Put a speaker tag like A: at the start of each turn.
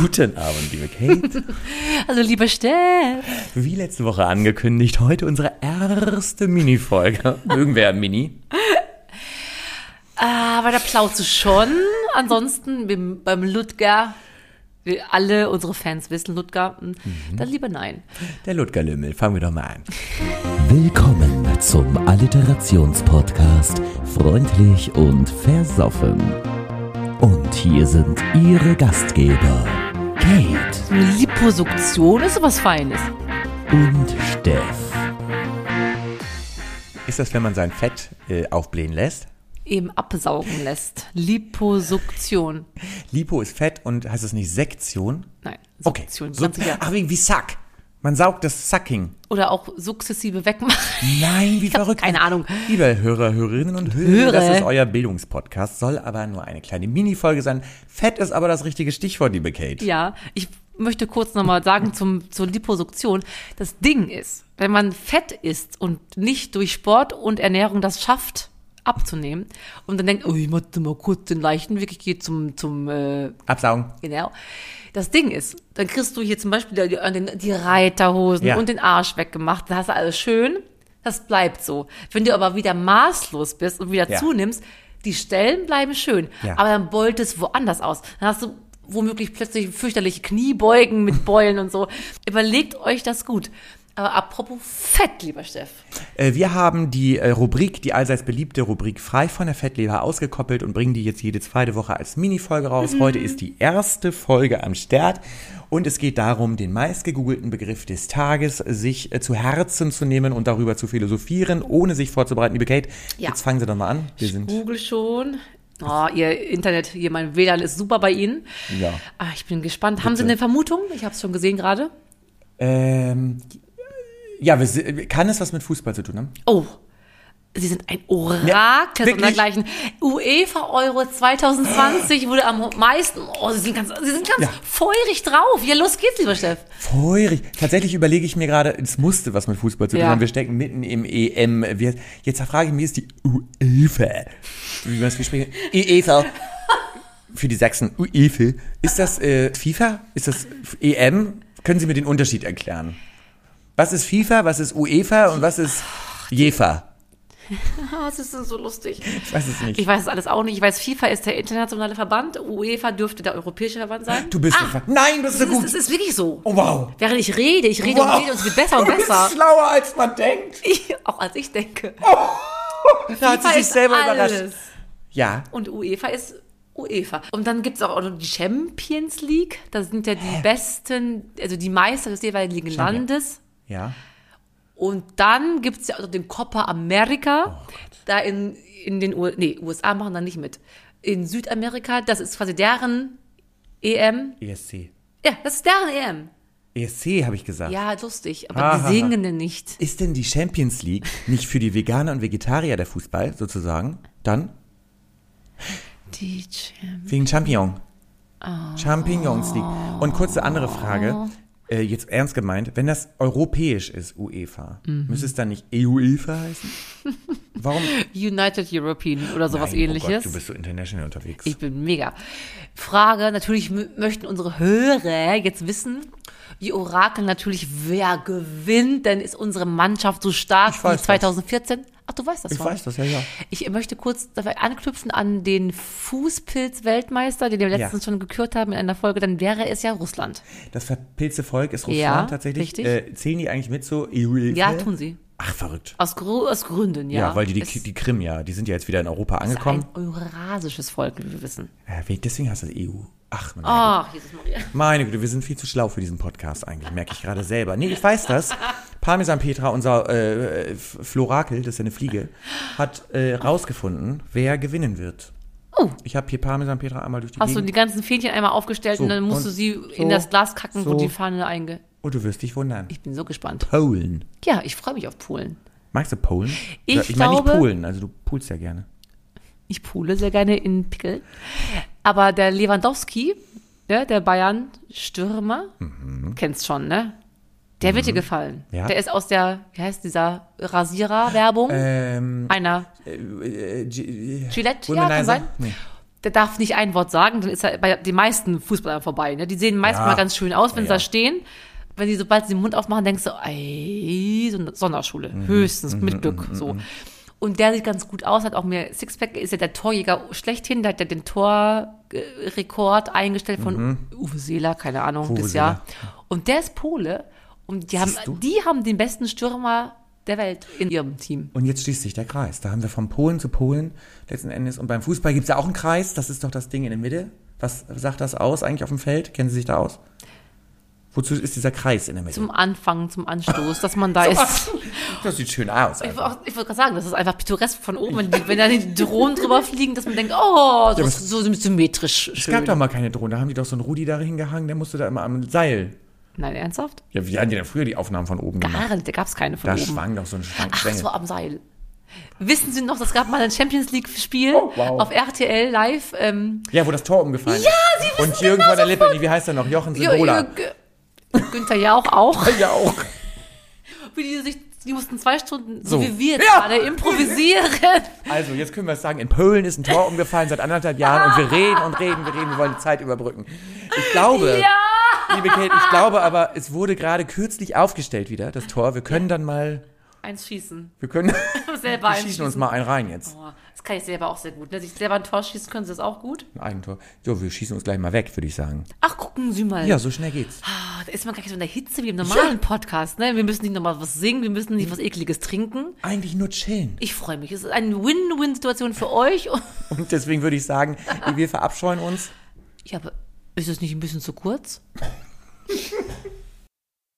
A: Guten Abend, liebe Kate.
B: Hallo lieber Steff.
A: Wie letzte Woche angekündigt, heute unsere erste Mini-Folge. Mögen wir ja Mini.
B: Ah, bei der Plauze schon. Ansonsten beim, beim Ludger, wir alle unsere Fans wissen Ludger, m,
A: Mhm.
B: dann lieber nein.
A: Der Ludger Lümmel, fangen wir doch mal an.
C: Willkommen zum Alliterationspodcast Freundlich und Versoffen. Und hier sind Ihre Gastgeber, Kate
B: Eine Liposuktion ist sowas Feines.
C: und Steff.
A: Ist das, wenn man sein Fett äh, aufblähen lässt?
B: Eben absaugen lässt. Liposuktion.
A: Lipo ist Fett und heißt es nicht Sektion?
B: Nein,
A: Okay.
B: Suktion.
A: Sub-
B: Ganz sicher.
A: Ach, wegen wie Sack. Man saugt das Sucking.
B: Oder auch sukzessive wegmachen.
A: Nein, wie
B: hab
A: verrückt.
B: keine Ahnung.
A: Liebe Hörer, Hörerinnen und Hörer,
B: Höre.
A: das ist euer Bildungspodcast, soll aber nur eine kleine Mini-Folge sein. Fett ist aber das richtige Stichwort, liebe Kate.
B: Ja, ich möchte kurz nochmal sagen zum, zur Liposuktion. Das Ding ist, wenn man fett isst und nicht durch Sport und Ernährung das schafft, abzunehmen und dann denkt, oh, ich mache mal kurz den leichten Weg, ich gehe zum, zum äh,
A: Absaugen.
B: Genau. Das Ding ist, dann kriegst du hier zum Beispiel die, an den- die Reiterhosen
A: Ja.
B: und den Arsch weggemacht. Dann hast du alles schön. Das bleibt so. Wenn du aber wieder maßlos bist und wieder
A: Ja.
B: zunimmst, die Stellen bleiben schön.
A: Ja.
B: Aber dann beult es woanders aus. Dann hast du womöglich plötzlich fürchterliche Kniebeugen mit Beulen und so. Überlegt euch das gut. Aber apropos Fett, lieber Steff.
A: Äh, Wir haben die äh, Rubrik, die allseits beliebte Rubrik frei von der Fettleber ausgekoppelt und bringen die jetzt jede zweite Woche als Minifolge raus. Heute ist die erste Folge am Start und es geht darum, den meistgegoogelten Begriff des Tages sich äh, zu Herzen zu nehmen und darüber zu philosophieren, ohne sich vorzubereiten. Liebe Kate,
B: Ja.
A: jetzt fangen Sie doch mal an. Wir sind
B: Google schon. Oh, ihr Internet, hier mein WLAN ist super bei Ihnen.
A: Ja.
B: Ah, ich bin gespannt. Haben Sie eine Vermutung? Ich habe es schon gesehen gerade.
A: Ähm, ja, wir, si- kann es was mit Fußball zu tun haben?
B: Oh, Sie sind ein Orakel
A: Ja,
B: und
A: wirklich?
B: dergleichen. UEFA Euro 2020 wurde am meisten. Oh, Sie sind ganz, Sie sind ganz
A: Ah. Ja.
B: feurig drauf. Ja, los geht's, lieber Chef.
A: Feurig. Tatsächlich überlege ich mir gerade, es musste was mit Fußball zu tun
B: Ja.
A: haben. Wir stecken mitten im EM. Wir, jetzt frage ich mich, ist die UEFA, wie man es sprechen, UEFA, E für die Sachsen, UEFA, ist das äh, FIFA? Ist das EM? Können Sie mir den Unterschied erklären? Was ist FIFA, was ist UEFA und was ist JEFA?
B: Was ist denn so lustig?
A: Ich weiß es
B: Ich
A: nicht.
B: weiß es alles auch nicht. Ich weiß, FIFA ist der internationale Verband. UEFA dürfte der europäische Verband sein.
A: Du bist
B: ah,
A: ah, Nein, bist du
B: es, ist, es
A: gut.
B: ist wirklich so.
A: Oh, wow.
B: Während ich rede, ich rede und rede und es wird besser und
A: Du bist
B: besser.
A: schlauer, als man denkt.
B: Ich, auch als ich denke.
A: Oh, Da hat sie
B: FIFA
A: sich
B: ist
A: selber
B: alles.
A: überrascht. Ja.
B: Und UEFA ist UEFA. Und dann gibt's auch noch die Champions League. Da sind ja die besten, also die Meister des jeweiligen Landes.
A: Ja.
B: Und dann gibt's ja auch noch den Copa
A: Oh
B: America. da in, in den U nee, USA machen da nicht mit. In Südamerika, das ist quasi deren EM.
A: ESC.
B: Ja, das ist deren EM.
A: ESC habe ich gesagt.
B: Ja, lustig. Aber
A: Ha, ha, ha.
B: die singen denn nicht.
A: Ist denn die Champions League nicht für die Veganer und Vegetarier der Fußball sozusagen? Dann
B: Die Champions.
A: wegen Champignon.
B: Ah.
A: Champignons League. Und kurze andere
B: Oh.
A: Frage, äh, jetzt ernst gemeint, wenn das europäisch ist, UEFA,
B: Mhm.
A: müsste es dann nicht E EUEFA heißen? Warum?
B: United European oder sowas
A: Nein,
B: ähnliches.
A: Oh Gott, du bist so international unterwegs.
B: Ich bin mega. Frage, natürlich mö- möchten unsere Hörer jetzt wissen, die Orakel natürlich, wer gewinnt, denn ist unsere Mannschaft so stark
A: Ich
B: wie
A: weiß das.
B: 2014? Ach, du weißt das
A: Ich
B: schon.
A: weiß das, ja, ja.
B: Ich möchte kurz dabei anknüpfen an den Fußpilz-Weltmeister, den wir letztens schon gekürt haben in einer Folge, dann wäre es ja Russland.
A: Das verpilzte Volk ist Russland
B: Ja,
A: tatsächlich.
B: richtig.
A: Äh, zählen die eigentlich mit E so EUEFA?
B: Ja, tun sie.
A: Ach, verrückt.
B: Aus, Gru aus Gründen, ja.
A: Ja, weil die,
B: Es
A: die, die Krim ja, die sind ja jetzt wieder in Europa
B: ist
A: angekommen.
B: ein eurasisches Volk, wie wir wissen.
A: Ja, we- Äh, deswegen hast du das EU. Ach, meine Güte.
B: Ach, Jesus Maria.
A: Meine Güte, wir sind viel zu schlau für diesen Podcast eigentlich, merke ich gerade selber. Nee, ich weiß das. Parmesan Petra, unser äh, äh, F- Florakel, das ist ja eine Fliege, hat äh, rausgefunden, wer gewinnen wird.
B: Oh.
A: Ich habe hier Parmesan Petra einmal durch die
B: Hast du
A: Gegend
B: die ganzen Fähnchen einmal aufgestellt und
A: So,
B: dann musst
A: und
B: du sie
A: so,
B: in das Glas kacken,
A: so.
B: wo die Fahne einge...
A: und du wirst dich wundern.
B: Ich bin so gespannt.
A: Polen.
B: Ja, ich freue mich auf Polen.
A: Magst du Polen?
B: Ich
A: ich meine nicht
B: glaube-
A: Polen, also du poolst ja gerne.
B: Ich pule sehr gerne in Pickel. Aber der Lewandowski, ne, der Bayern-Stürmer, kennst schon, ne? Der wird dir gefallen.
A: Mhm. Ja.
B: Der ist aus der, wie heißt dieser, Rasierer-Werbung?
A: Ähm,
B: Einer.
A: äh, G-
B: Gillette, ja,
A: Womanizer?
B: kann sein.
A: Nee.
B: der darf nicht ein Wort sagen, dann ist er bei den meisten Fußballern vorbei. Ne? Die sehen meistens
A: Ja.
B: mal ganz schön aus, wenn sie
A: Ja, ja.
B: da stehen. Wenn die, sobald sie den Mund aufmachen, denkst du, ey, so eine Sonderschule.
A: Mhm.
B: Höchstens, mit Glück. So. Und der sieht ganz gut aus, hat auch mehr Sixpack, ist ja der Torjäger schlechthin, der hat ja den Torrekord eingestellt von Uwe Seeler, keine Ahnung,
A: Mhm. Uwe
B: das Jahr. Und der ist Pole und die haben,
A: Siehst du?
B: die haben den besten Stürmer der Welt in ihrem Team.
A: Und jetzt schließt sich der Kreis. Da haben wir von Polen zu Polen letzten Endes. Und beim Fußball gibt es ja auch einen Kreis. Das ist doch das Ding in der Mitte. Was sagt das aus eigentlich auf dem Feld? Kennen Sie sich da aus? Wozu ist dieser Kreis in der Mitte?
B: Zum Anfang, zum Anstoß, dass man da ist.
A: das sieht schön aus.
B: Ich
A: einfach.
B: wollte auch- ich wollte gerade sagen, das ist einfach pittoresk von oben, wenn, die- wenn da die Drohnen drüber fliegen, dass man denkt, oh, das ist so symmetrisch
A: Es gab
B: schön.
A: doch mal keine Drohne. Da haben die doch so einen Rudi da hingehangen. Der musste da immer am Seil.
B: Nein, ernsthaft?
A: Ja, wir hatten ja früher die Aufnahmen von oben gemacht.
B: Gar nicht, da gab es keine von
A: Da
B: oben.
A: schwang doch so ein Schwank.
B: Ach,
A: Schwengel.
B: so am Seil. Wissen Sie noch, es gab mal ein Champions League-Spiel
A: Oh, wow.
B: auf RTL live. Ähm,
A: Ja, wo das Tor umgefallen
B: Ja,
A: ist.
B: Sie wissen genau
A: Und Jürgen
B: genauso
A: von der Lippe, nee, wie heißt er noch? Jochen Simbola.
B: Jö- Jö- Günther Jauch auch.
A: Ja, auch.
B: Wie die sich, die mussten zwei Stunden, so,
A: So.
B: wie wir jetzt
A: Ja.
B: gerade, improvisieren.
A: Also, jetzt können wir es sagen, in Polen ist ein Tor umgefallen seit anderthalb Jahren und wir reden und reden, wir reden, wir wollen die Zeit überbrücken. Ich glaube, liebe Kate, ich glaube aber, es wurde gerade kürzlich aufgestellt wieder, das Tor. Wir können dann mal,
B: Eins schießen.
A: wir können,
B: Selber
A: wir
B: eins
A: schießen
B: schießen.
A: uns mal einen rein jetzt.
B: Boah, Das kann ich selber auch sehr gut. Ne? Sich selber ein Tor schießen können, sie das auch gut.
A: Ein Eigentor. So, wir schießen uns gleich mal weg, würde ich sagen.
B: Ach, gucken Sie mal.
A: Ja, so schnell geht's.
B: Ah, da ist man gar nicht so in der Hitze wie im normalen Podcast. Ne? Wir müssen nicht nochmal was singen, wir müssen nicht was Ekliges trinken.
A: Eigentlich nur chillen.
B: Ich freue mich. Es ist eine Win-Win-Situation für euch. Und
A: Und deswegen würde ich sagen, wir verabscheuen uns.
B: ja, aber ist es nicht ein bisschen zu kurz?